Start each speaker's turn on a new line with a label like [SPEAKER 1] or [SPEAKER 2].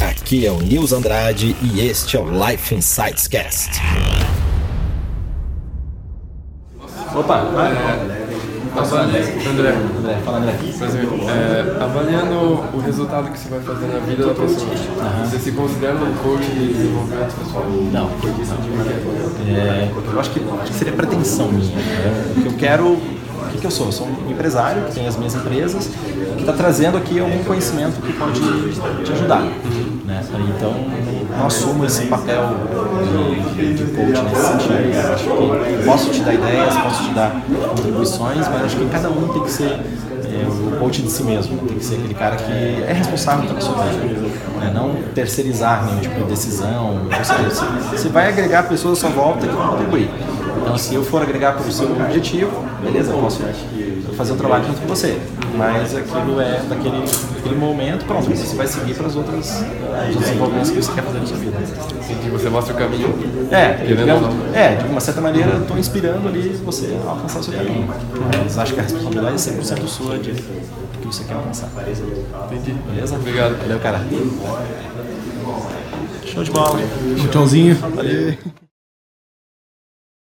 [SPEAKER 1] Aqui é o Nils Andrade e este é o Life Insights Cast.
[SPEAKER 2] Opa, é, avali- André, Prazer. É, avaliando o resultado que você vai fazer na vida da pessoa, você se considera um coach de desenvolvimento pessoal?
[SPEAKER 3] Não. É, eu acho que, acho que seria pretensão minha. né? O que eu quero. O que, que eu sou? Eu sou um empresário que tem as minhas empresas que está trazendo aqui algum conhecimento que pode te ajudar. Né? Então, não assumo esse papel de, de coach nesse sentido. Eu acho que posso te dar ideias, posso te dar contribuições, mas acho que cada um tem que ser é, o coach de si mesmo, tem que ser aquele cara que é responsável pela sua vida, né? não terceirizar nenhum tipo de decisão, ou seja, se, se vai agregar pessoas à sua volta, que contribuir. Então, se eu for agregar para o seu objetivo, beleza, eu posso fazer um trabalho junto com você, mas aquilo é daquele, daquele momento, pronto, você vai seguir para as outras eh, os desenvolvimentos que você quer fazer na sua vida.
[SPEAKER 2] Entendi, você mostra o caminho.
[SPEAKER 3] É,
[SPEAKER 2] Querendo
[SPEAKER 3] digamos-
[SPEAKER 2] ou não.
[SPEAKER 3] é, de uma certa maneira eu estou inspirando ali você a alcançar o seu caminho. Mas acho que a responsabilidade é 100% sua de do que você quer alcançar.
[SPEAKER 2] Entendi.
[SPEAKER 3] Beleza?
[SPEAKER 2] Obrigado.
[SPEAKER 3] Valeu, cara. Show de bola.
[SPEAKER 4] Tchauzinho.
[SPEAKER 3] Valeu.